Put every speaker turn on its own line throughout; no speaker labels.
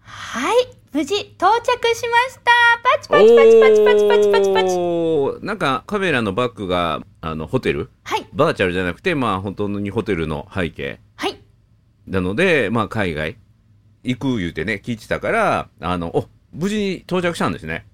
はい。無事到着しました。パチパチパチパチパチパチパチパチ。
おーなんかカメラのバックがあのホテル
はい。
バーチャルじゃなくてまあ本当にホテルの背景
はい。
なのでまあ海外行く言うてね聞いてたからあのお無事に到着したんですね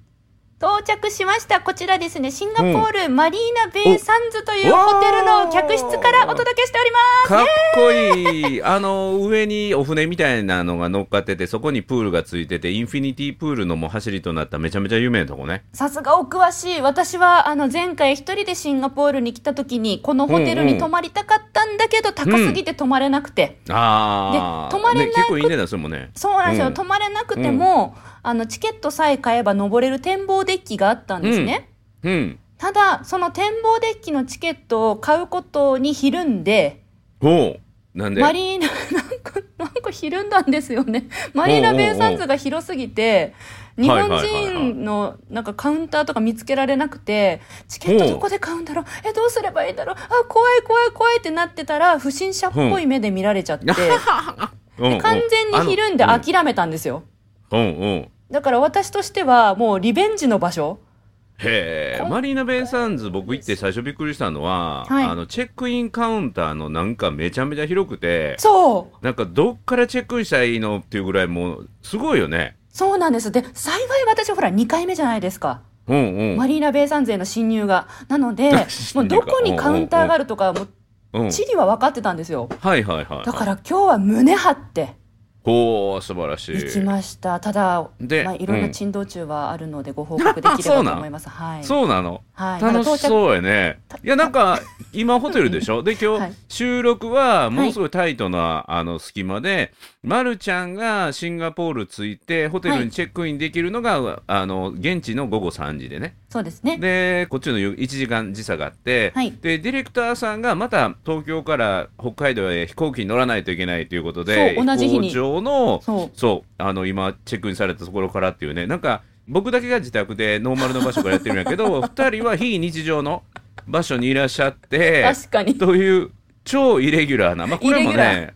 到着しました。こちらですね、シンガポールマリーナベイサンズというホテルの客室からお届けしております。
かっこいいあの上にお船みたいなのが乗っかっててそこにプールがついててインフィニティプールのもう走りとなっためちゃめちゃ有名なとこね
さすがお詳しい。私は、あの、前回一人でシンガポールに来た時に、このホテルに泊まりたかったんだけど、高すぎて泊まれなくて。
あ
で
あ、
泊まれなく
ね、結構いい値段するもんね
そうなんですよ、
うん
泊まれなくても、あの、チケットさえ買えば登れる展望デッキがあったんですね。
うん
ただ、その展望デッキのチケットを買うことにひるんで、
おうなんで
マリーナ、 なんか、なんかひるんだんですよ ね。マリーナベイサンズが広すぎて、日本人のなんかカウンターとか見つけられなくて、チケットどこで買うんだろうえ、どうすればいいんだろうあ、怖い怖い怖いってなってたら、不審者っぽい目で見られちゃ って、
うんうん
完全にひるんで
あの
諦めたんですよ。
うんうんうん
だから私としては、もうリベンジの場所
へえマリーナ・ベイ・サンズ僕行って最初びっくりしたのは、
はい
あのチェックインカウンターのなんかめちゃめちゃ広くて
そう
なんかどっからチェックインしたらいいのっていうぐらいもうすごいよね
そうなんです。で、幸い私ほら2回目じゃないですか。
うんうん、、
マリーナ・ベイサンズへの侵入が。なので
侵
もう
入が
どこにカウンターがあるとか、もう
うん、
地理は分かってたんですよ。
はいはいはい
だから今日は胸張って
おー素晴らしい
行きました。ただ、
で
まあ、いろん
う
なん珍道中はあるのでご報告できればと思い ます。はい。
そうなの
はい。まだ
楽
到
し
着。
そうやね
た
いやなんか今ホテルで しょで今
は
日
い
収録はものすごいタイトなあの隙間で、まるちゃんがシンガポール着いてホテルにチェックインできるのが、あの現地の午後3時でね
そうですね。
でこっちの1時間時差があって、
はい
でディレクターさんがまた東京から北海道へ飛行機に乗らないといけないということで
そう同じ日に
飛行場の
そう
そうあの今チェックインされたところからっていうねなんか僕だけが自宅でノーマルの場所からやってるんやけど 二人は非日常の場所にいらっしゃって
確かに。
という超イレギュラーな、まあ、これも
イレギュラ
ね、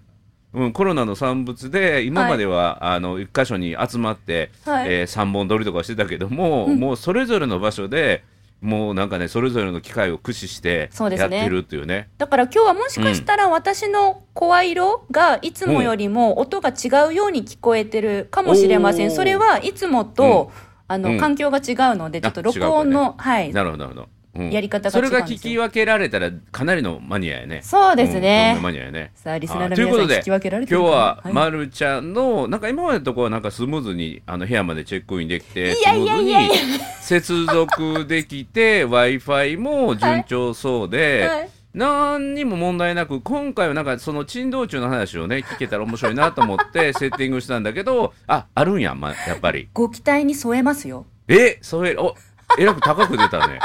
うん、コロナの産物で今までは、あの1箇所に集まって、
はい
え3本撮りとかしてたけども、
うん
もうそれぞれの場所でもうなんかねそれぞれの機会を駆使して
そうです
やっ
ね
てるっていうね。
だから今日はもしかしたら私の声色がいつもよりも音が違うように聞こえてるかもしれません。
おー
それはいつもと、あの、
うん
環境が違うので、ちょっと
あ
録音の、はい。
なるほどなるほど、うん
やり方が
そ
違うんで
れ
すよ
が聞き分けられたらかなりのマニアやね
そうですね
んどんなマニアやね
さあ、リスナーの
という
皆
こ
さん
とで
聞き分けられて
今
るか
日
な
は
はい
まるちゃんの、なんか今までのところはなんかスムーズにあの部屋までチェックインできて
いやいやいやいや
スムーズに接続できて w i f i も順調そうで、
はい
何にも問題なく今回はなんかその珍道中の話をね聞けたら面白いなと思っ てセッティングしたんだけどああるんや、ま、やっぱり
ご期待に添えますよ。
えそれおえらく高く出たね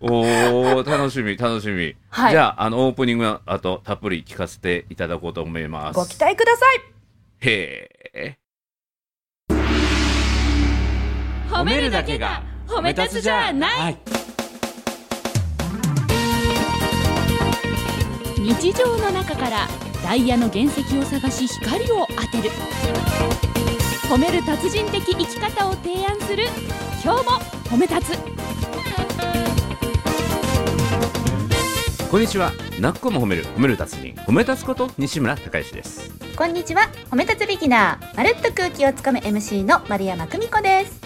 おー楽しみ楽しみ、
はい
じゃああのオープニングの後たっぷり聞かせていただこうと思います
ご期待ください
へえ
褒
はい、
日常の中からダイヤの原石を探し光を当てる褒める達人的生き方を提案する今日も褒め立つ
こんにちはなっこも褒める褒める達人褒め立つこと西村孝之です
こんにちは褒め立つビギナーまるっと空気をつかむ MC の丸山久美子です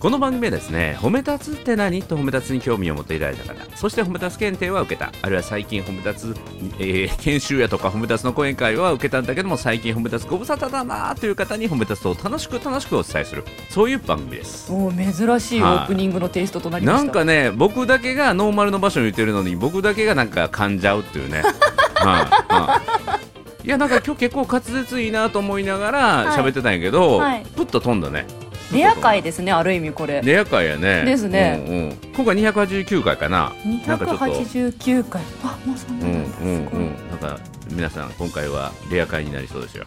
この番組はですね褒め立つって何と褒め立つに興味を持っていられた方そして褒め立つ検定は受けたあるいは最近褒め立つ、えー研修やとか褒め立つの講演会は受けたんだけども最近褒め立つご無沙汰だなという方に褒め立つを楽しく楽しくお伝えするそういう番組です
おお珍しいオ
はい
ープニングのテイストとなりまし
な
た
んかね僕だけがノーマルの場所に言ってるのに僕だけがなんか噛んじゃうっ ていうね、はいはいいやなんか今日結構滑舌いいなと思いながら
はい
喋ってたんやけど、
はい
プッと飛んだね
レア回ですねある意味これ、
レア回やね
ですね
うんうん、今回289回かななんかちょっと
289回あもうそん
う
なんになる
うん
すご
う
い、
んなんか皆さん今回はレア回になりそうですよ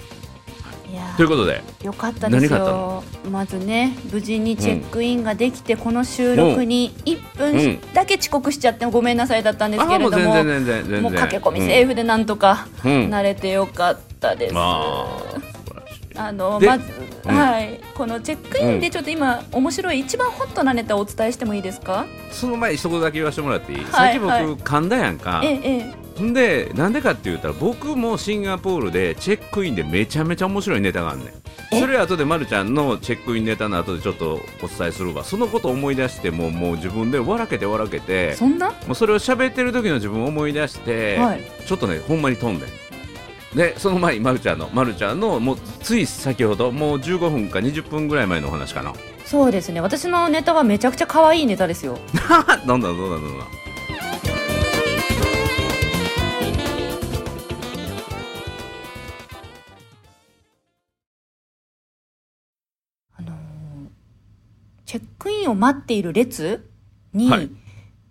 いやー
ということで
よかったです
何が
よまずね無事にチェックインができて、この収録に1分だけ遅刻しちゃってごめんなさいだったんです
あ
け
あ
れ
もう
ども
全然全然全然
もう駆け込みセー
フ、
フでなんとか
うんうん
慣れてよかったです、
ああ素晴らしい
あの
で
まず、
うん
はいこのチェックイン
う
でちょっと今面白い一番ホットなネタをお伝えしてもいいですか？
その前にそこだけ言わせてもらっていい、
はい
さっき僕、
はい
噛んだやんか
ええええ
んでなんでかって言ったら僕もシンガポールでチェックインでめちゃめちゃ面白いネタがあんねん
え
それ後でまるちゃんのチェックインネタの後でちょっとお伝えするわそのこと思い出してもうもう自分で笑けて笑けて
そんな？
もうそれを喋ってる時の自分を思い出して、
はい
ちょっとねほんまに飛んでんでその前にまるちゃんのまるちゃんのもうつい先ほどもう15分か20分ぐらい前のお話かな
そうですね。私のネタはめちゃくちゃ可愛いネタですよ。
どんどんどんどんどんどん
あのーチェックインを待っている列に、
はい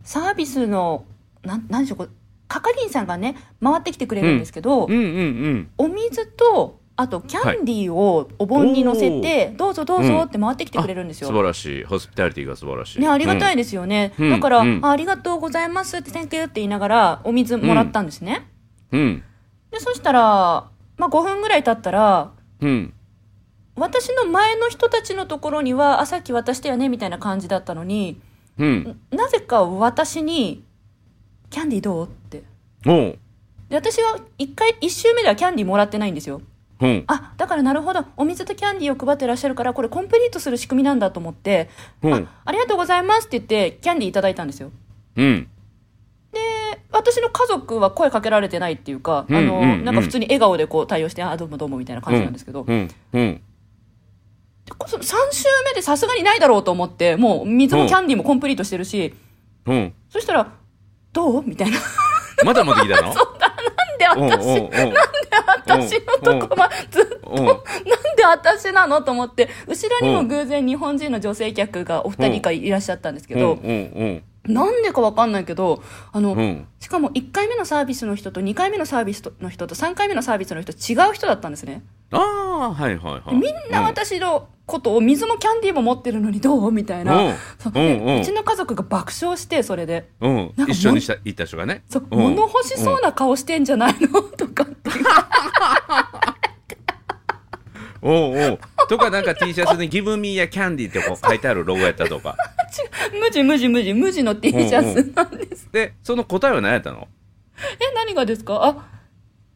サービスのなんなんでしょうこう係員さんがね回ってきてくれるんですけど、
うんうんうん
お水とあとキャンディーをお盆に乗せて、どうぞどうぞって回ってきてくれるんですよ。
あ素晴らしいホスピタリティが素晴らしい
ね、ありがた
い、
いですよね。
うん
だから、
うん
あ、ありがとうございますって、Thank you って言いながら、お水もらったんですね。
うんうん
で、そしたら、まあ、5分ぐらい経ったら、
うん
私の前の人たちのところには、あ、さっき渡したよね、みたいな感じだったのに、
うん
なぜか私に、キャンディーどうって。
おう
で、私は一回、一周目ではキャンディーもらってないんですよ。
うん
あ、だからなるほど、お水とキャンディーを配ってらっしゃるから、これコンプリートする仕組みなんだと思って、
うん
ありがとうございますって言って、キャンディーいただいたんですよ。
うん
私の家族は声かけられてないっていうか、
うん
あ
うんう
の、
ん
なんか普通に笑顔でこう対応して、あ、どうもどうもみたいな感じなんですけど、
うんうん
3週目でさすがにないだろうと思って、もう水もキャンディーもコンプリートしてるし、
うん
そしたら、どうみたいな。
まだまだ来た
で、
のおう
私、
おうおう
私のとこはずっ
おう
と、 なんで私なのと思って、後ろにも偶然日本人の女性客がお二人かいらっしゃったんですけ
うん
ど、
うん
なんでかわかんないけど、あの、
うんうん
しかも1回目のサービスの人と2回目のサービスの人と3回目のサービスの人違う人だったんですね。
ああはいはいはい
みんな私のことを水もキャンディーも持ってるのにどうみたいな、うそう
うんうんうん
ちの家族が爆笑してそれで
うんうん
なんか
一緒にした行った人がね
「そう
うん
物欲しそうな顔してんじゃないの?」 とかっていう
おうおうとかなんか T シャツに「ギブミーやキャンディー」ってこう書いてあるロゴやったとか
無地無地無地無地の T シャ ツなんです、
でその答えは何やったの
え何がですか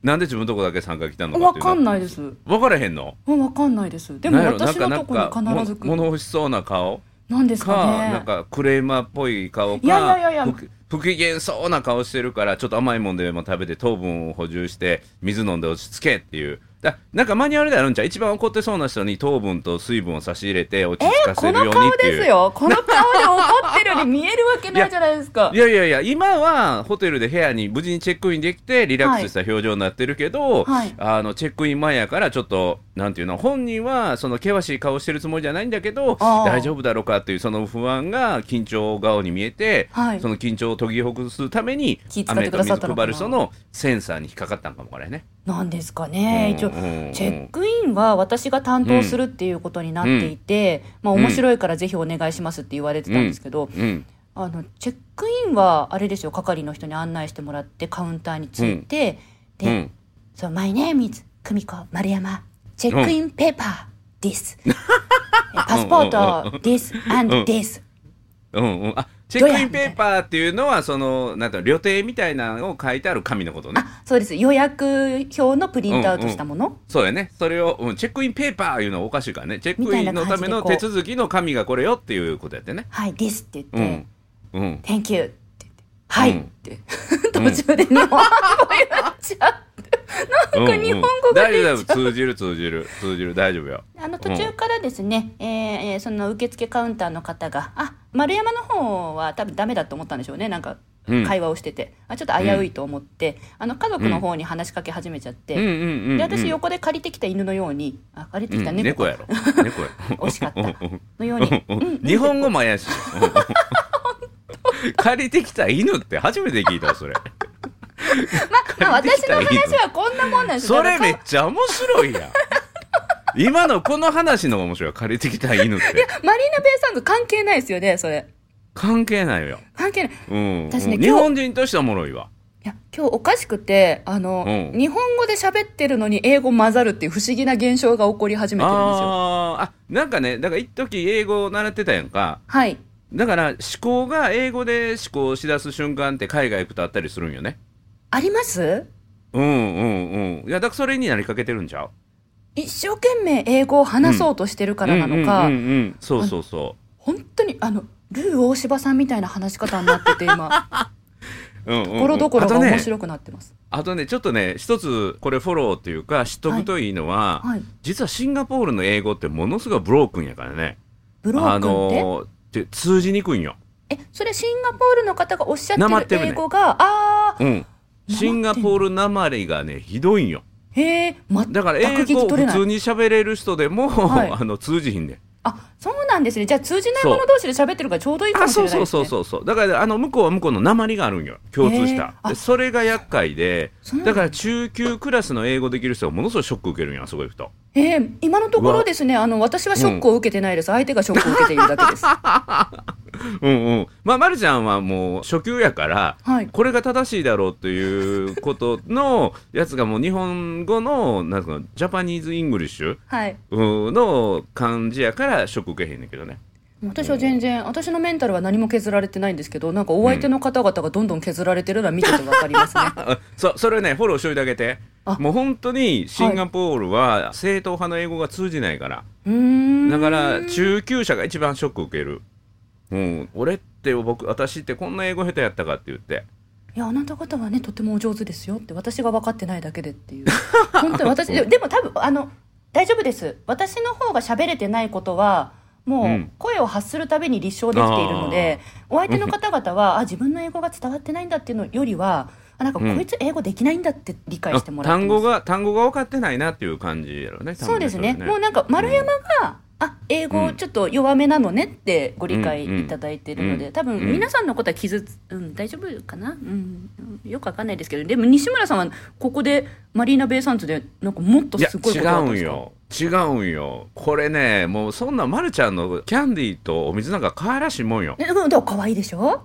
なんで自分のとこだけ参加来たの
あ
かって
わ
いう
かんない
で
です
分からへんの
うんわかんないですで
な
も
んやろ
私の
なん
と
か
こに必ず
も
来る
物欲しそうな顔
なんです
かなん
かね
かクレーマーっぽい顔か
いやいやいやいや
不不機嫌そうな顔してるからちょっと甘いもんでも食べて糖分を補充して水飲んで落ち着けっていうだなんかマニュアルであるんちゃう一番怒ってそうな人に糖分と水分を差し入れて落ち着か
こ
せるよ
の
うに
顔
っていう
ですよこの顔で怒ってるように見えるわけないじゃないですか
いやいやいや、今はホテルで部屋に無事にチェックインできて、リラックスした表情になってるけど、
はい
あの、チェックイン前やから、ちょっと、なんていうの、本人は、その、険しい顔してるつもりじゃないんだけど、
あー
大丈夫だろうかっていう、その不安が緊張顔に見えて、
はい
その緊張を解きほぐすために
気、遣っ
雨
てく
と
だ
水
さったのかな
配る人のセンサーに引っかかったんかもこれね。
なんですかね、一応、
うん
チェックインは私が担当するっていうことになっていて、まあ
うん
面白いからぜひお願いしますって言われてたんですけど、
うん。
あの、チェックインはあれですよ、係の人に案内してもらってカウンターについて、
う
で、
ん。
そう、マイネームイズ、久美子、丸山、チェックインペーパー です。パスポートです、and です。
うんうん、あチェックインペーパーっていうのはそのなんか旅程みたいなのを書いてある紙のことね。
あ、そうです。予約表のプリントアウトしたもの。
そうやね。それを、うんチェックインペーパーいうのはおかしいからね。チェックインのた
みたいな感
めの
じでこ
手
う
続きの紙がこれよっていうことやってね。
はい、ですって
う
言って
ん。、うん。
Thank you って言って、はいって、 途中で日本語言っちゃって。
なん
か日本語が出ちゃう
大丈夫、通じる、通じる、通じる、大丈夫よ。
あの途中からですね、えーえーその受付カウンターの方が、あ丸山の方は多分ダメだと思ったんでしょうね、なんか
うん
会話をしてて、あちょっと危ういと思って、あの家族の方に話しかけ始めちゃって、
うんうんうん、うん。
で私、横で借りてきた犬のように、あ借りて
う
きた
ん、
猫か
猫やろ。猫やろ。
惜しか ったのように、
うんうん日本語も怪しい。借りてきた犬って初めて聞いたわ それ。
まあ、
借り
私
てき
の
た
話
犬
はこんなもんなんです
それめ
だ
っ
か
ちゃ面白いやん。今のこの話の方が面白い。借りてきた犬って。
らマリーナ・ベイ・サンズ関係ないですよね、それ。
関係ないよ。
関係ない。
うん。
私ね
う
今
ん
日
日本人としてはおもろいわ。
いや今日おかしくてあの、
うん
日本語で喋ってるのに英語混ざるっていう不思議な現象が起こり始めてるんですよ。
あーあなんかねだから一時英語を習ってたやんか
はい、
だから思考が英語で思考しだす瞬間って海外行くとあったりするんよね
あります
うんうんうんいやだからそれになりかけてるんちゃう
一生懸命英語を話そうとしてるからなのか、
うんうんうんうんそうそうそ
本当にあのルー大柴さんみたいな話し方になってて 今
ううんうんうん
ところどころ
あ
が
とね
面白くなってます。
あとねちょっとね一つこれフォローっていうか知っとくといいのは、
はい、
実はシンガポールの英語ってものすごいブロークンやからね
ブロークンって、
ーって通じにくいんよ、
えそれシンガポールの方がおっしゃ
なまっ
ってて
る
る
ね
英語が、ああ
うん、
な
シンガポールなまりがねひどいんよ
へえ全く
だから英
聞
語
き
を
取れ
普
ない
通に喋れる人でも、
はい
あの通じひんねん
あそうなんですねじゃあ通じない者同士で喋ってるからちょうどいいかも
あ
しれ
そう
ないです、
そ
ね、
うそうそうそうだからあの向こうは向こうの鉛があるんよ共通した
へー、あ
でそれが厄介で
そうなんだ
だから中級クラスの英語できる人はものすごいショック受けるんやすごい人
えー今のところですねあの私はショックを受けてないです、相手がショックを受けているだ けですは
うんうんまあ、ま、るちゃんはもう初級やから、
い
これが正しいだろうということのやつがもう日本語のなんかジャパニーズ・イングリッシュ
はい
うんの感じやからショック受けへんねんけどね
私は全然私のメンタルは何も削られてないんですけどなんかお相手の方々がどんどん削られてるのは見ててわかりますね
あそそれねフォローしといてあげて
あ
もう本当にシンガポールは正統派の英語が通じないから、
うーん
だから中級者が一番ショック受ける、うん、俺って僕私ってこんな英語下手やったかって言って
いやあなた方はねとてもお上手ですよって私が分かってないだけで っていう本当に私ででも多分あの大丈夫です私の方が喋れてないことはも
う
うん声を発するたびに立証できているので、お相手の方々はあ自分の英語が伝わってないんだっていうのよりはあなんかこ
うん
いつ英語できないんだって理解してもらってます、
単語が単語が分かってないなっていう感じやろね多分
そうですね
それ
もうなんか丸山が、あ英語ちょっと弱めなのねってご理
うんうん
解いただいてるので、
うん
多分
うん
皆さんのことは傷つ、うん、大丈夫かな、うん、うんよくわかんないですけどでも西村さんはここでマリーナ・ベイ・サンズでなんかもっと
いや
すごいことだった
違
ん
うん
ですか
よ違うんよこれねもうそんなまるちゃんのキャンディーとお水なんか可愛らしいもんよ
えでもでも可愛いでしょ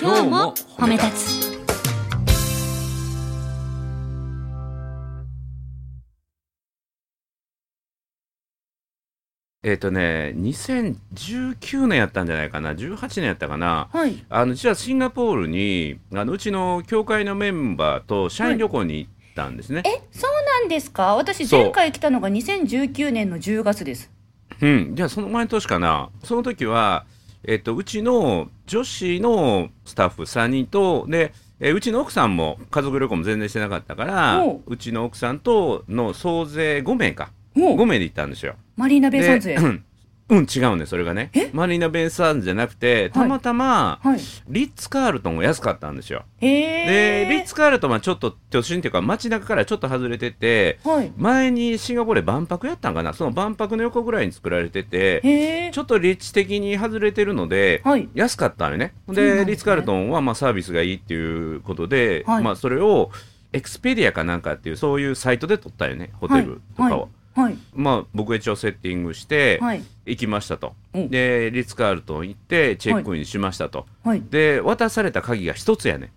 今日も褒め立つ
えっ、とね2019年やったんじゃないかな18年やったかな
はい
あの実はシンガポールにあのうちの教会のメンバーと社員旅行に行ったんですね、
えそうなんですか私
そう
前回来たのが2019年の10月です
うん、じゃあその前の年かなその時は、えっと、うちの女子のスタッフ3人とでえーうちの奥さんも家族旅行も全然してなかったから
おう
うちの奥さんとの総勢5名か
お
5
う
名で行ったんですよ。
マリーナ・ベイ・サンズ
で
へ
うん違うねそれがね
え
マリーナ・ベイ・サンズじゃなくてたまたま、
はい
リッツ・カールトンが安かったんですよ。
へ
で
え
リッツ・カールトンはちょっと都心っていうか街中からちょっと外れてて
はい
前にシンガポールで万博やったんかなその万博の横ぐらいに作られてて
へえ
ちょっと立地的に外れてるので、
はい
安かったのよね。で
そうなんですね
リッツ・カールトンはまあサービスがいいっていうことで、
はい
まあ、それをエクスペディアかなんかっていうそういうサイトで取ったよねホテルとかを。
はい
まあ、僕が一応セッティングして
はい
行きましたと、
うん
でリッツ・カールトン行ってチェックインしましたと、
はい
で渡された鍵が一つやね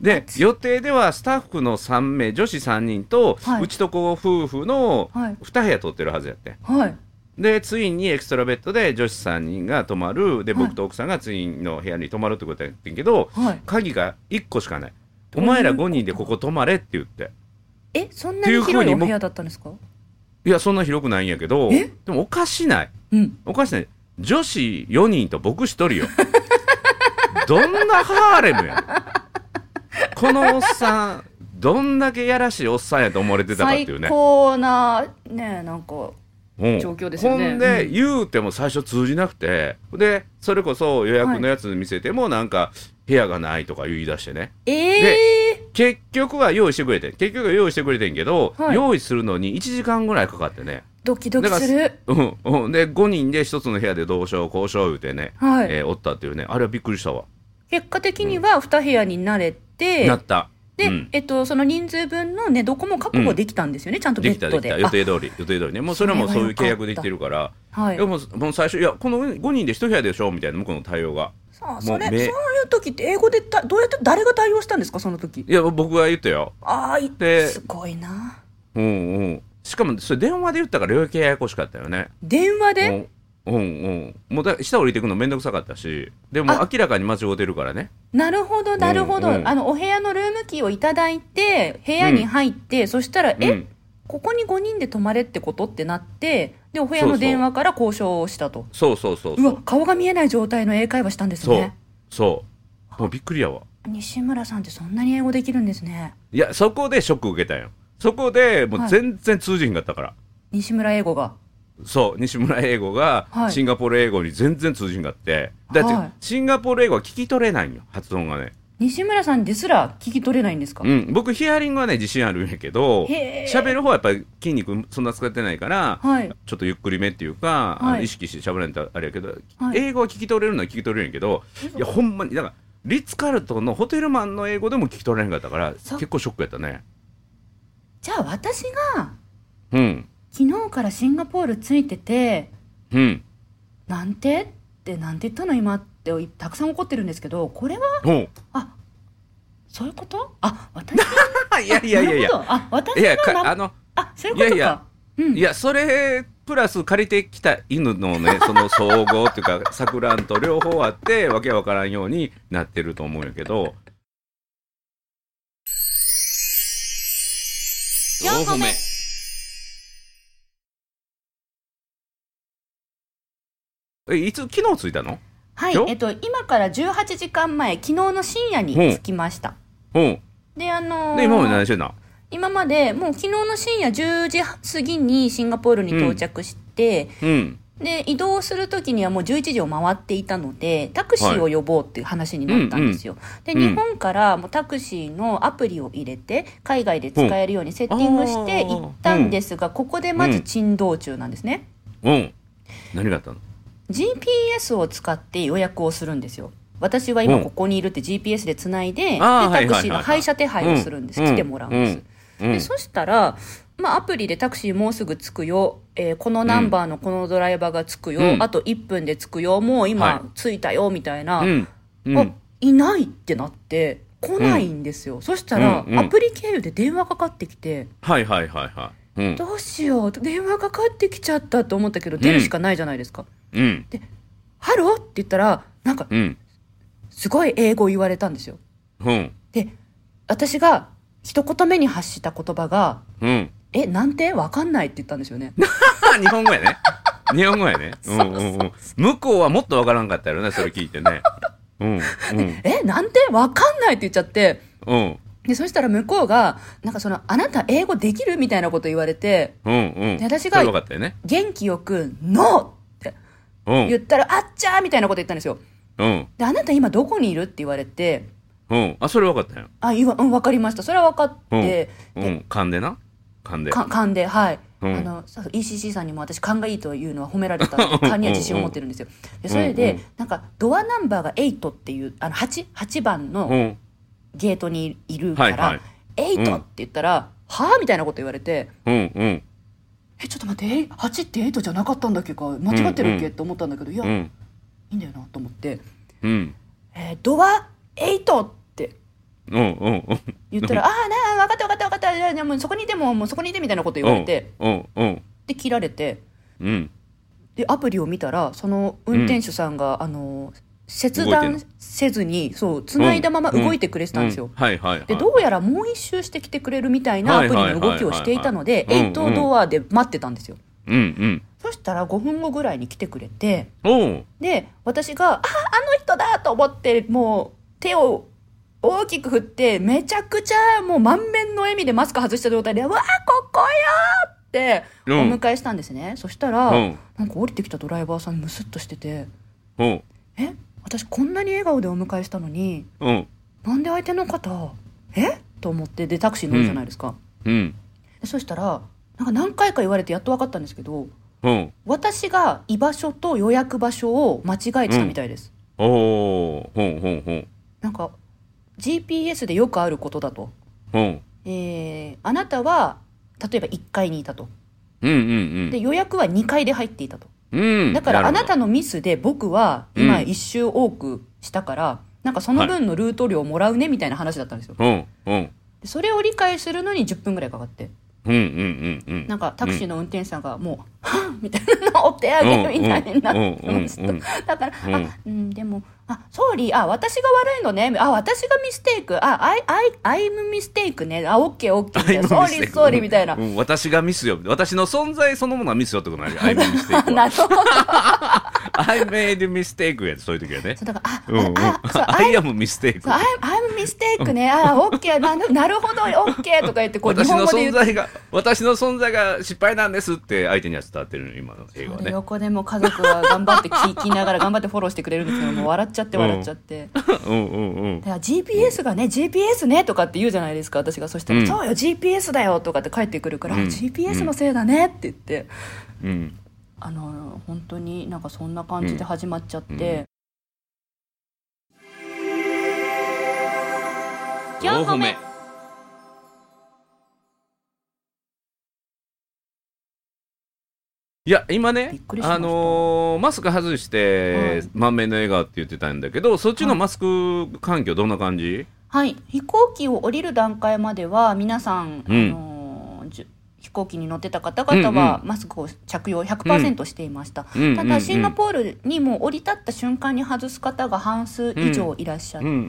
んで予定ではスタッフの3名女子3人と、
はいう
ちとこ夫婦の
はい
2部屋取ってるはずやって
はい
でツインにエクストラベッドで女子3人が泊まるで
はい
僕と奥さんがツインの部屋に泊まるってことやってんけど
はい
鍵が1個しかない
う
お
いうこと
前ら5人でここ泊まれって言って
えそんなに広いお部屋だったんですか
いやそんな広くないんやけど
え
でもおかしない
うん
おかしない女子4人と僕1人よ どんなハーレムやこのおっさんどんだけやらしいおっさんやと思われてたかってい
最
うね
高なねなんか
うん
状況ですよね
ほんで、
うん
言うても最初通じなくてでそれこそ予約のやつ見せてもなんか部屋がないとか言い出してね
ええ
結局は用意してくれてん結局は用意してくれてんけど、
はい
用意するのに1時間ぐらいかかってね
ドキドキする
うん、うん、で5人で1つの部屋でどうしようこうしよう言うてね、
はい
えーおったっていうねあれはびっくりしたわ
結果的には二部屋になれて
なった
で、
うん
えっと、その人数分の寝床も確保できたんですよね、ちゃんとベ
でき
ッ
た
ド
で
で。
きた予定通り予定通りねもうそれはもうそういう契約できてるから
あはい
いや。もうもう最初いやこの5人で1部屋でしょみたいな向こうの対応が
さあ、
も
そうれ、そう
め
いう時って英語でたどうやって、誰が対応したんですか、その時。
いや僕が言ったよ
ああ、い
です
ごいな。
うんうんしかもそれ電話で言ったから両契ややこしかったよね
電話で、
うんうんうんもうだ下降りてくのめんどくさかったしでも
あ
明らかに間違うてるからね
なるほど、なるほど、
うんうん
あの、お部屋のルームキーをいただいて、部屋に入って、そしたら、え、
うん
ここに5人で泊まれってことってなって、で、お部屋
そう
の
そう
電話から交渉をしたと。
そうそうそう
う
そ
わ
う、
顔が見えない状態の英会話したんです
そう
ね。
そうもうびっくりやわ
西村さんってそんなに英語できるんですね。
いやそこでショック受けたんよそこでも
は
う
い
全然通じひんかったから、
西村英語が。
そう西村英語が
はい
シンガポール英語に全然通じひんかって、だ
は
っ
い
てシンガポール英語は聞き取れないんよ発音がね
西村さんですら聞き取れないんですか、
うん、僕ヒアリングはね自信あるんやけど
へー
喋る方はやっぱり筋肉そんな使ってないから、
はい
ちょっとゆっくりめっていうか、あの
はい
意識して喋らないとあれやけど、
はい
英語は聞き取れるのは聞き取れるんやけどいやほんまにだからリッツ・カルトンのホテルマンの英語でも聞き取れへんかったから
そ
結構ショックやったね
じゃあ私が
うん
昨日からシンガポールついてて、
うん
なんてってなんて言ったの今ってたくさん怒ってるんですけど、これは、
ほう
あ、そういうことあ、私、
いやいやいやい
なるほ
や
どあ、私
いや
が
か
な
あの
あ、そういうことか。
いやいや
うん
い。やそれプラス借りてきた犬 のねその総合っていうか錯乱と両方あってわけわからんようになってると思うんやけど
4個目
えいつ昨日着いたの
はい
今、日
えっと、今から18時間前、昨日の深夜に着きました。
うん
で、あのー
で今まで何してんの
今まで、もう昨日の深夜10時過ぎにシンガポールに到着して、
うん
で、移動するときにはもう11時を回っていたので、タクシーを呼ぼうっていう話になったんですよ。
うん
で、日本からもうタクシーのアプリを入れて、海外で使えるようにセッティングして
うん
行ったんですが、ここでまず珍道中なんですね。
うん何があったの
GPS を使って予約をするんですよ。私は今ここにいるって GPS でつないで、で
あー
タクシーの
はいはいはいはい
配車手配をするんです。
うん
来てもらうんです。
うん
でそしたら、まあ、アプリでタクシーもうすぐ着くよ、えーこのナンバーのこのドライバーが着くよ、
うん
あと1分で着くよ、もう
はい
今着いたよみたいな、
うんうん
あいないってなって、来ないんですよ、そしたら、
うんうん
アプリ経由で電話かかってきて、
はいはいはいはいうん
どうしよう、電話かかってきちゃったと思ったけど、出るしかないじゃないですか、
うん
ハローって言ったら、なんか
うん
すごい英語言われたんですよ。
うん
で私が一言目に発した言葉が
うん
「えなんてわかんない」って言ったんですよね。
日本語 やね日本語やねうんうんうん向こうはもっとわからんかったやろねそれ聞いてねうんうん
えなんてわかんないって言っちゃって
うん
でそしたら向こうがなんかその「あなた英語できる?」みたいなこと言われて
うんうん
で私が
それ分かったよね
元気よく「NO!」って
うん
言ったら「あっちゃー!」みたいなこと言ったんですよ
うん
で「あなた今どこにいる?」って言われて
うんあそれ分かったよ
「あいいわうん分かりましたそれは分かって」
う
で
ん噛んでな噛んで
か勘ではい、
うん
あのそう ECC さんにも私勘がいいというのは褒められたので勘には自信を持ってるんですよでそれで、
うんうん
なんかドアナンバーが8っていうあの 8, 8番
う
の
ん
ゲートにいるから「
はいはい
8!」って言ったら「はあ?」みたいなこと言われて
うんうん
「えちょっと待ってえい8って8じゃなかったんだっけか間違ってるっけ?」
うん
って思ったんだけどいや、
う
い
ん
いんだよなと思って
うん
「えードア8!」って
うんうんうん
言ったら「ああなあ分かった分かった分かったじゃあじゃあもうそこにいてもうもうそこにいて」みたいなこと言われて
うんうん
で切られて。
うん
でアプリを見たらその運転手さんが、あの切
動い
断
て
せずにそう繋いだまま動いてくれてたんですよ。
うはいはいはい
でどうやらもう一周してきてくれるみたいなアプリの動きをしていたので
はいはいはいはい
8ドアで待ってたんですよ。
うん
そしたら5分後ぐらいに来てくれて
うんおう
で私が「ああの人だ!」と思ってもう手を大きく振ってめちゃくちゃもう満面の笑みでマスク外した状態で「うわあここよ!」ってお
うん
迎えしたんですね。そしたら、
うん
なんか降りてきたドライバーさんムスッとしてて
おう
「え私こんなに笑顔でお迎えしたのに
うん
なんで相手の方えと思ってでタクシー乗るじゃないですか、
うん
でそしたらなんか何回か言われてやっと分かったんですけど
うん
私が居場所と予約場所を間違えてたみたいです、
おうほうほうほう
なんか GPS でよくあることだと
うん
えーあなたは例えば1階にいたと
うんうん
で予約は2階で入っていたと
うんうん
だからあな
る
たのミスで僕は今
うん
一周多くしたから、なんかその分のルート量もらうねみたいな話だったんですよ
ほどうんうん
でそれを理解するのに10分ぐらいかかって
うんうんうんうん
なんかタクシーの運転手さんがもう「はぁみたいなのお手上げみたいになってました
うんうんうん
だから「
うん
あうんでもあ総理あ私が悪いのねあ私がミステイクあアイアイアイムミステイクねあオッケーオッケー」みたいな「
I'm
総
a
理
mistake
総理」みたいな
う。ん私がミスよ私の存在そのものはミスよってこ となんで I made a mistake は
なるほど
I made a mistake やでそういう時はね
そうだからあ、
うんうん
あ あそう
I am mistake
そう、アイムミステイクね、あ、オッケー、なるなるほど、オッケーとか言って、こう、日
私
本
の
語で言
存
って。
在が私の存在が失敗なんですって相手には伝わってるの今の映画はね
横でも家族は頑張って聞きながら頑張ってフォローしてくれるんですけどもう笑っちゃって笑っちゃって、だか
うんうんうん
ら GPS がね GPS ねとかって言うじゃないですか私がそしたら「
うん
そうよ GPS だよ」とかって帰ってくるから「
うん
GPS のせいだね」って言って
うん
あの本当になんかそんな感じで始まっちゃって、
4歩目
いや今ね
びっくりしました
あのーマスク外して、
はい
満面の笑顔って言ってたんだけどそっちのマスク環境どんな感じ、
はい、飛行機を降りる段階までは皆さん、
う
あ
ん
のーじゅ飛行機に乗ってた方々は
う
マスクを着用100%していました、
うん
た
うんうんう
だ
ん
シンガポールにもう降り立った瞬間に外す方が半数以上いらっしゃって、
うん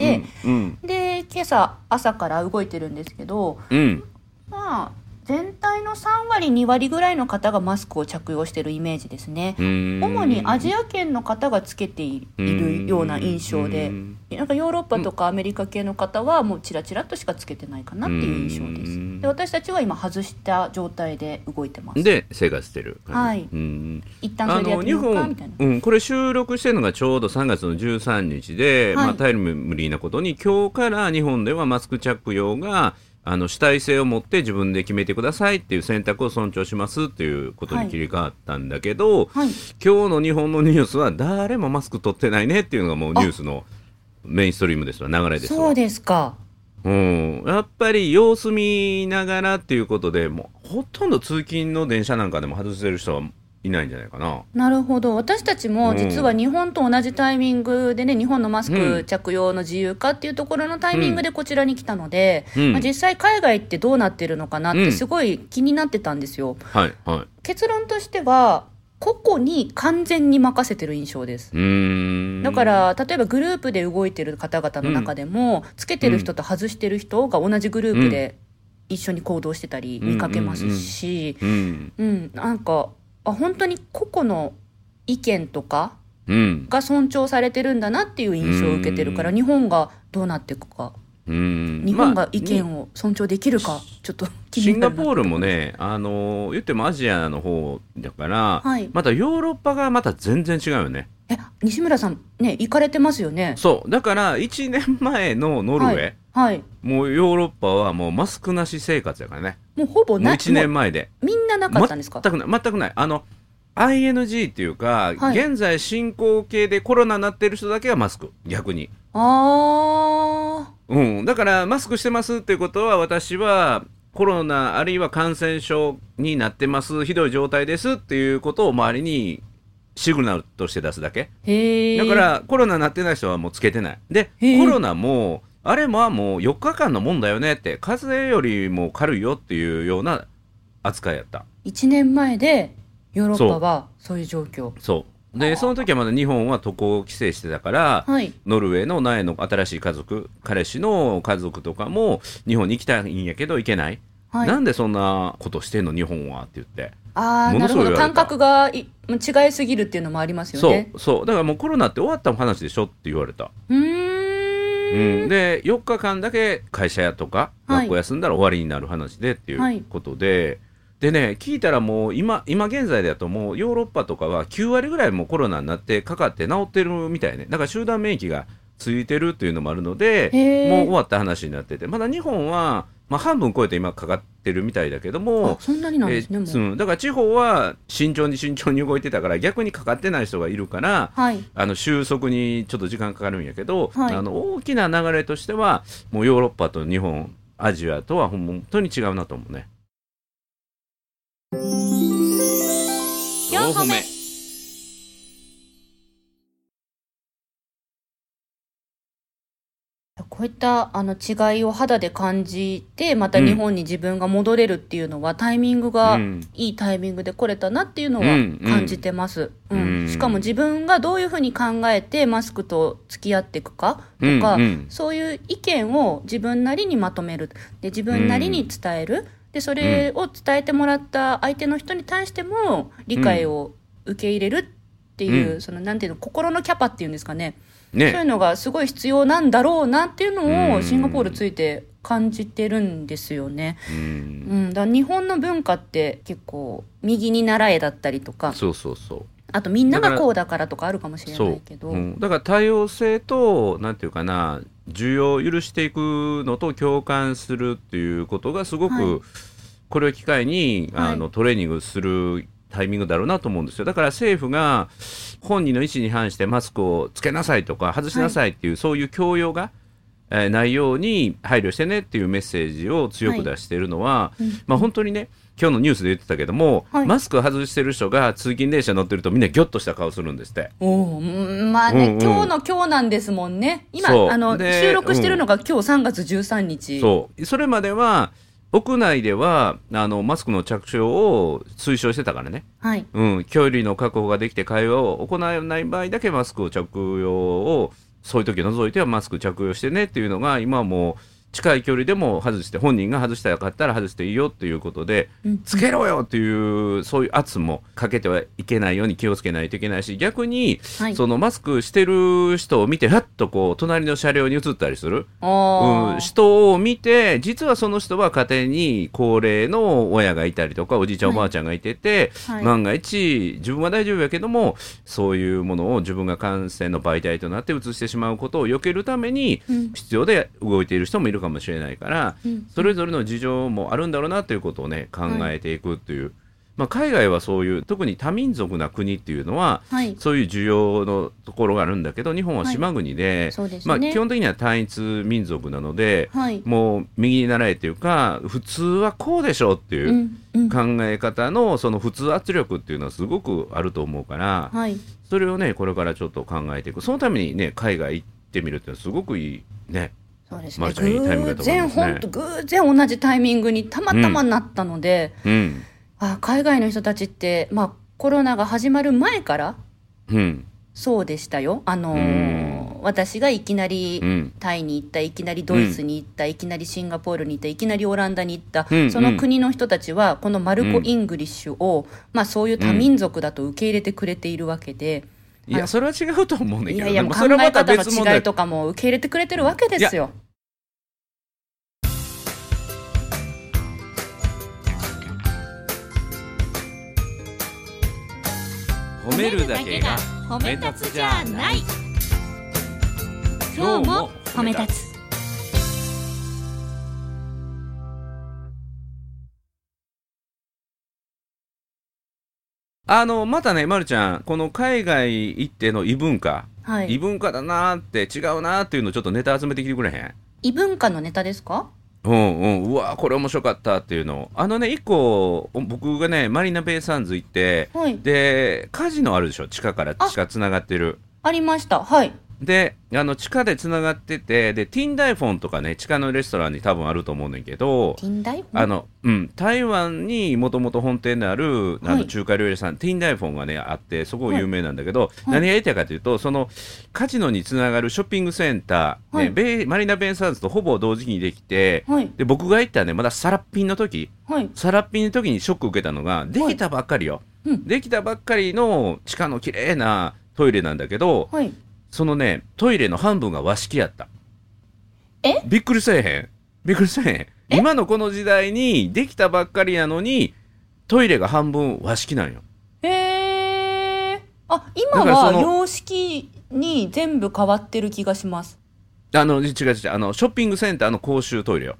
うん
で今朝朝から動いてるんですけど
うん
まあ全体の3割2割ぐらいの方がマスクを着用してるイメージですね、
うん
主にアジア圏の方がつけているような印象で
うん
なんかヨーロッパとかアメリカ系の方はもうちらちらっとしかつけてないかなっていう印象で
う
す
ん
で私たちは今外した状態で動いてます
で生活してる
はい
うん
一旦それでやってみようかみたいな
うん、これ収録してるのがちょうど3月の13日で、
はい
まあ、タイムリーなことに今日から日本ではマスク着用があの主体性を持って自分で決めてくださいっていう選択を尊重しますっていうことに切り替わったんだけど、
はい
今日の日本のニュースは誰もマスク取ってないねっていうのがもうニュースのメインストリームですわ流れですわ
そうですか
うん、やっぱり様子見ながらっていうことでもうほとんど通勤の電車なんかでも外せる人はいないんじゃないかな。
なるほど私たちも
うん
実は日本と同じタイミングでね日本のマス
う
ク
ん
着用の自由化っていうところのタイミングでこちらに来たので、
うん
まあ、実際海外ってどうなってるのかなっ
う
て
ん
すごい気になってたんですよ、
はいはい
結論としては個々に完全に任せてる印象です
うーん
だから例えばグループで動いてる方々の中でも、つけてる人と外してる人が同じグループで一緒に行動してたり
うん
見かけますし、
うん
うんなんかあ本当に個々の意見とか
うん
が尊重されてるんだなっていう印象を受けてるから、日本がどうなっていくか
うん
日本が意
まあ
見を尊重できるかちょっと気
シ
に
ン
な
ガ
るな
ポールもね、あの言ってもアジアの方だから、
はい
またヨーロッパがまた全然違うよね。
え西村さんね行かれてますよね
そう、だから1年前のノルウェー、
はい、はい、
もうヨーロッパはもうマスクなし生活やからね、
もうほぼ
もう
ない
1年
も
前で。
うみんななかったんですか
全くない全くないあの ING っていうか、
はい
現在進行形でコロナになってる人だけがマスク逆に、
あ
うん、だからマスクしてますっていうことは私はコロナあるいは感染症になってますひどい状態ですっていうことを周りにシグナルとして出すだけ
ーへえ
だからコロナなってない人はもうつけてないで
へー
コロナもあれももう4日間のもんだよねって風邪よりも軽いよっていうような扱いやった
1年前でヨーロッパはそういう状況
そう。で、その時はまだ日本は渡航規制してたから、
はい
ノルウェーの苗の新しい家族、彼氏の家族とかも日本に行きたいんやけど行けない。
はい
なんでそんなことしてんの日本はって言って。
ああ
も
な
の
る
す
ほ
ご
ど
い言わ
感
れた
覚がい違いすぎるっていうのもありますよ
そう
ね
そう。だからもうコロナって終わった話でしょって言われた。
うーん
うん、で、4日間だけ会社やとか、
はい
学校休んだら終わりになる話でってい
はいう
ことで、でね、聞いたらもう今、今現在だともうヨーロッパとかは9割ぐらいもうコロナになってかかって治ってるみたいね。だから集団免疫がついてるっていうのもあるので、
へー
もう終わった話になってて、まだ日本は、まあ、半分超えて今かかってるみたいだけど
あ
も、
そんなになんですね
え
も
ー
う、
うんだから地方は慎重に慎重に動いてたから逆にかかってない人がいるから、
はい
あの収束にちょっと時間かかるんやけど、
はい
あの大きな流れとしてはもうヨーロッパと日本アジアとは本当に違うなと思うね
4歩目
こういったあの違いを肌で感じてまた日本に自分が戻れるっていうのは、タイミングが
うん
いいタイミングで来れたなっていうのは
うん
感じてます、う
うんん
しかも自分がどういうふうに考えてマスクと付き合っていくかとか、
うんうん
そういう意見を自分なりにまとめるで自分なりに伝えるでそれを伝えてもらった相手の人に対しても理解を受け入れるっていう、
うん
そのなんていうの心のキャパっていうんですかね、そういう
ね
のがすごい必要なんだろうなっていうの
う
を
ん
シンガポールついて感じてるんですよね。
う
うんん、だから日本の文化って結構右に習えだったりとか
そうそうそう
あとみんながこうだからとかあるかもしれないけど
う、ん、だから多様性となんていうかな需要を許していくのと共感するっていうことがすごく、
はい
これを機会に
はい
あのトレーニングするタイミングだろうなと思うんですよだから政府が本人の意思に反してマスクをつけなさいとか外しなさいっていう、そういう教養が、えーないように配慮してねっていうメッセージを強く出しているのは、
うん
まあ、本当にね今日のニュースで言ってたけども、
はい
マスク外してる人が通勤電車乗ってるとみんなギョッとした顔するんですって。
おーうんまあね、
うんうん
今日の今日なんですもんね今
そう
あの
で
収録してるのが今日3月13日、
そうそれまでは屋内ではあのマスクの着用を推奨してたからね、
はい
うん、距離の確保ができて会話を行えない場合だけマスクを着用をそういう時を除いてはマスク着用してねっていうのが今はもう近い距離でも外して本人が外したかったら外していいよっていうことで、
うん
つけろよっていうそういう圧もかけてはいけないように気をつけないといけないし逆に、
はい
そのマスクしてる人を見てふっとこう隣の車両に移ったりする。
あ
うん、
ー
人を見て実はその人は家庭に高齢の親がいたりとかおじいちゃん、
はい
おばあちゃんがいてて、
はい
万が一自分は大丈夫やけどもそういうものを自分が感染の媒体となって移してしまうことを避けるために
うん
必要で動いている人もいるかもしれないから、
うん
それぞれの事情もあるんだろうなということをね考えていくっていう、まあ、海外はそういう特に多民族な国っていうのは
はい
そういう需要のところがあるんだけど日本は島国で、
そうです
まあ、
ね、
基本的には単一民族なので、
はい
もう右に習えっていうか普通はこうでしょって
う
いうん
うん
考え方のその普通圧力っていうのはすごくあると思うから
はい
それをねこれからちょっと考えていくそのためにね海外行ってみるっていうのはすごくいいね
そうです
ま
ね。
るちゃんいいタイミン
偶
グだと思い
然、
ますね
本当偶然同じタイミングにたまたまなったので、
うん
あ海外の人たちって、まあ、コロナが始まる前から
うん
そうでしたよ。あのー私がいきなり、
うん
タイに行ったいきなりドイツに行った、いきなりシンガポールに行ったいきなりオランダに行った、
うん
その国の人たちはこのマルコ・
うん
イングリッシュを、まあ、そういう多民族だと受け入れてくれているわけで、
いやそれは違うと思うねん
い
だけ
や
ど
いや
で
もう
も
考
それは
え
また
方
別問
の違
題
いとかも受け入れてくれてるわけですよ。
褒めるだけが
褒め立つじゃない
今日
今日
も
も
褒め
褒め
立
立
つ
つ
あのまたね、ま、るちゃんこの海外行っての異文化、
は
異
い、
文化だなーって違うなーっていうのをちょっとネタ集めてきてくれへん
異文化のネタですか
うんうん、うわこれ面白かったっていうのあのね一個僕がねマリーナ・ベイ・サンズ行って
はい、
でカジノあるでしょ地下から
あ
地下つながってる
ありました。はい
であの地下でつながっててでティンダイフォンとかね地下のレストランに多分あると思うねんけど
ティンダイフォン
あの、うん、台湾にもともと本店のあるあ
は
の
い
中華料理屋さん、ティンダイフォンがねあってそこ有名なんだけど、
い
何が言いたいかというとそのカジノにつながるショッピングセンター、
は
ね
い
ベイマリーナ・ベイ・サンズとほぼ同時期にできて、
はい
で僕が行ったねまだサラッピンの時
はい
サラッピンの時にショック受けたのができたばっかりよ、
うん
できたばっかりの地下の綺麗なトイレなんだけど
はい
そのねトイレの半分が和式やった
え
びっくりせえへんびっくりせえへん今のこの時代にできたばっかりなのにトイレが半分和式なんよ
へーあ今
だからそ
は
の
様式に全部変わってる気がします
あの違う違うあのショッピングセンターの公衆トイレよ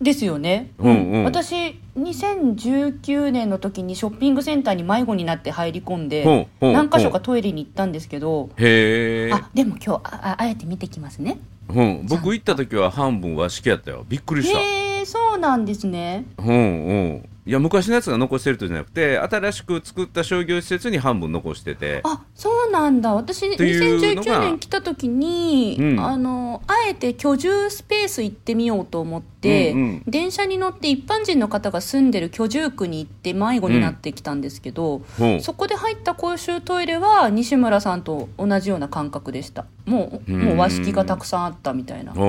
ですよね、
うんうん
私2019年の時にショッピングセンターに迷子になって入り込んで、
ほうほう
何箇所か
ほ
トイレに行ったんですけど、
うへえ
あでも今日あああえて見てきますね
うん、僕行った時は半分和式やったよびっくりした
へえなんですね。
うんうんいや昔のやつが残してるとじゃなくて新しく作った商業施設に半分残してて
あ、そうなんだ。私、
ていうの
2019
が
年来た時に、
うん
あの、あえて居住スペース行ってみようと思って、
うんうん
電車に乗って一般人の方が住んでる居住区に行って迷子になってきたんですけど、
うん
そこで入った公衆トイレは西村さんと同じような感覚でした。もう、
うん
もう和式がたくさんあったみたいな
お。うお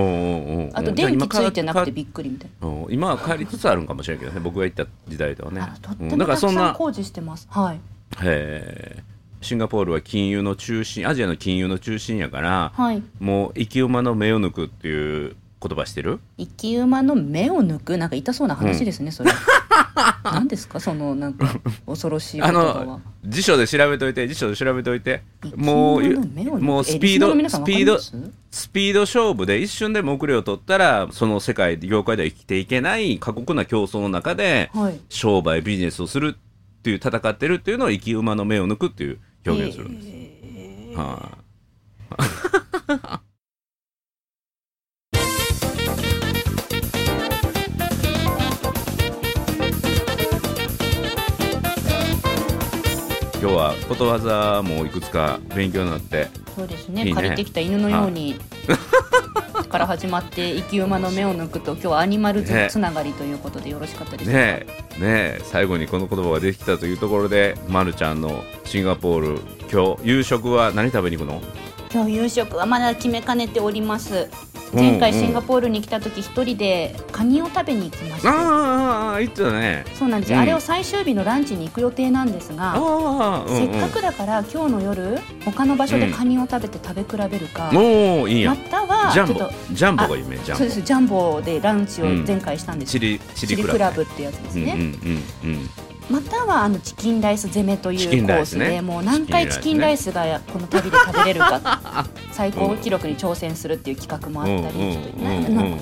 うおう
あと電気ついてなくて
じゃあ今
びっくりみたいな。
変わっうん今は変わりつつあるんかもしれんけどね僕が行った時代ではね
あのとって
う
も
んだか
た
ら
く
そん
さん
な
工事してます。はい。
へえシンガポールは金融の中心アジアの金融の中心やから、
はい。
もう生き馬の目を抜くっていう言葉してる
生き馬の目を抜くなんか痛そうな話ですね、 それ何ですかそのなんか恐ろしい言
あ
葉は
の辞書で調べといて辞書で調べといて
生き
もう
馬の目を抜く
もう
え
スピー
リスナーの
ド
皆さん
ス
わか
ピー
りま
ド
す
スピード勝負で一瞬でも遅れを取ったらその世界業界では生きていけない過酷な競争の中で、
はい
商売ビジネスをするっていう戦ってるっていうのを生き馬の目を抜くっていう表現をするんです、はい 今日はことわざもいくつか勉強になって
そうですね
いいね
借りてきた犬のように から始まって生き馬の目を抜くと今日はアニマルズ
ね
つながりということでよろしかったですか、
ねえねえ最後にこの言葉ができたというところで、ま、るちゃんのシンガポール今日夕食は何食べに行くの
今日夕食はまだ決めかねております
うん
前回シンガポールに来た時一人でカニを食べに行きました、
ああ言ってたね
そうなんですよ、
うん
あれを最終日のランチに行く予定なんですが
ああうん
せっかくだから今日の夜他の場所でカニを食べて食べ比べるか、
うん、おーいいや
ま
ん
たは
ジ
ちょ
ャン
っ
ボ
と
ジャンボが有名ジ
そう
ャ
で
ンボ
すジャンボでランチを前回したんです
チ
よ、
リチ
チ
リ
リ
クラ
ク
ブ
ラブってやつですね、
うんうんうんうん
またはあのチキンライス攻めとい
チキ
う
ン
コ
ライ
ー
ス
ス
ね
でもう何回チ
チキ
キ
ン
ン
ラ
ラ
イ
イスがこの旅で食べれるか最高記録に挑戦するっていう企画もあったり、ちょっと
うんうん
な
うんん
か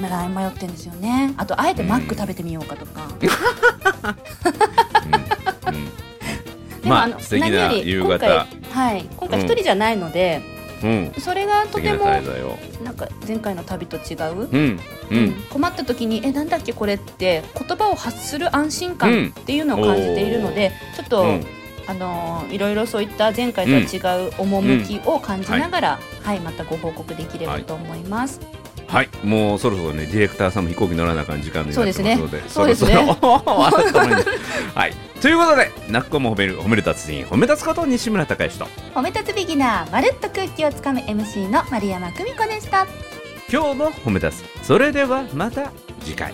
今悩迷ってるんですよねあとあえてマック食べてみようかとか、でも、
まあ
あ、の
素敵
何よ
な
り
夕
今回
方、
はい、今回一人じゃないので、
うん
それがと
素敵
て
な
も
滞在を
なんか前回の旅と違う、
うんう
うん
ん
困った時に「えなんだっけこれ」って言葉を発する安心感っていうのを感じているので、ちょっと、
うん
あのーいろいろそういった前回とは違う趣を感じながら、はい、またご報告できればと思います。
はいもうそろそろねディレクターさんも飛行機乗らなあかん時間になってますので
そうですね
ろそろ終わると思います はいということで泣く子も褒める褒める達人褒め立つこと西村孝之と
褒め立つビギナーまるっと空気をつかむ MC の丸山久美子でした。
今日も褒め立つそれではまた次回